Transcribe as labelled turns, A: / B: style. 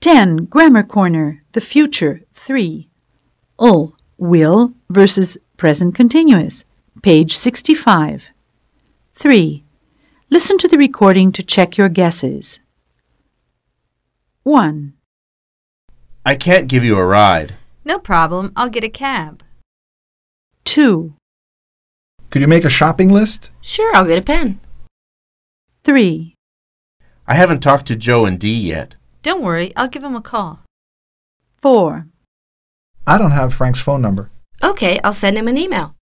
A: 10. Grammar Corner. The Future. 3. Ull, will vs. present continuous. Page 65. 3. Listen to the recording to check your guesses. 1,
B: I can't give you a ride.
C: No problem. I'll get a cab.
A: 2,
D: Could you make a shopping list?
E: Sure, I'll get a pen.
A: 3,
B: I haven't talked to Joe and Dee yet.
C: Don't worry. I'll give him a call.
A: 4.
D: I don't have Frank's phone number.
E: Okay, I'll send him an email.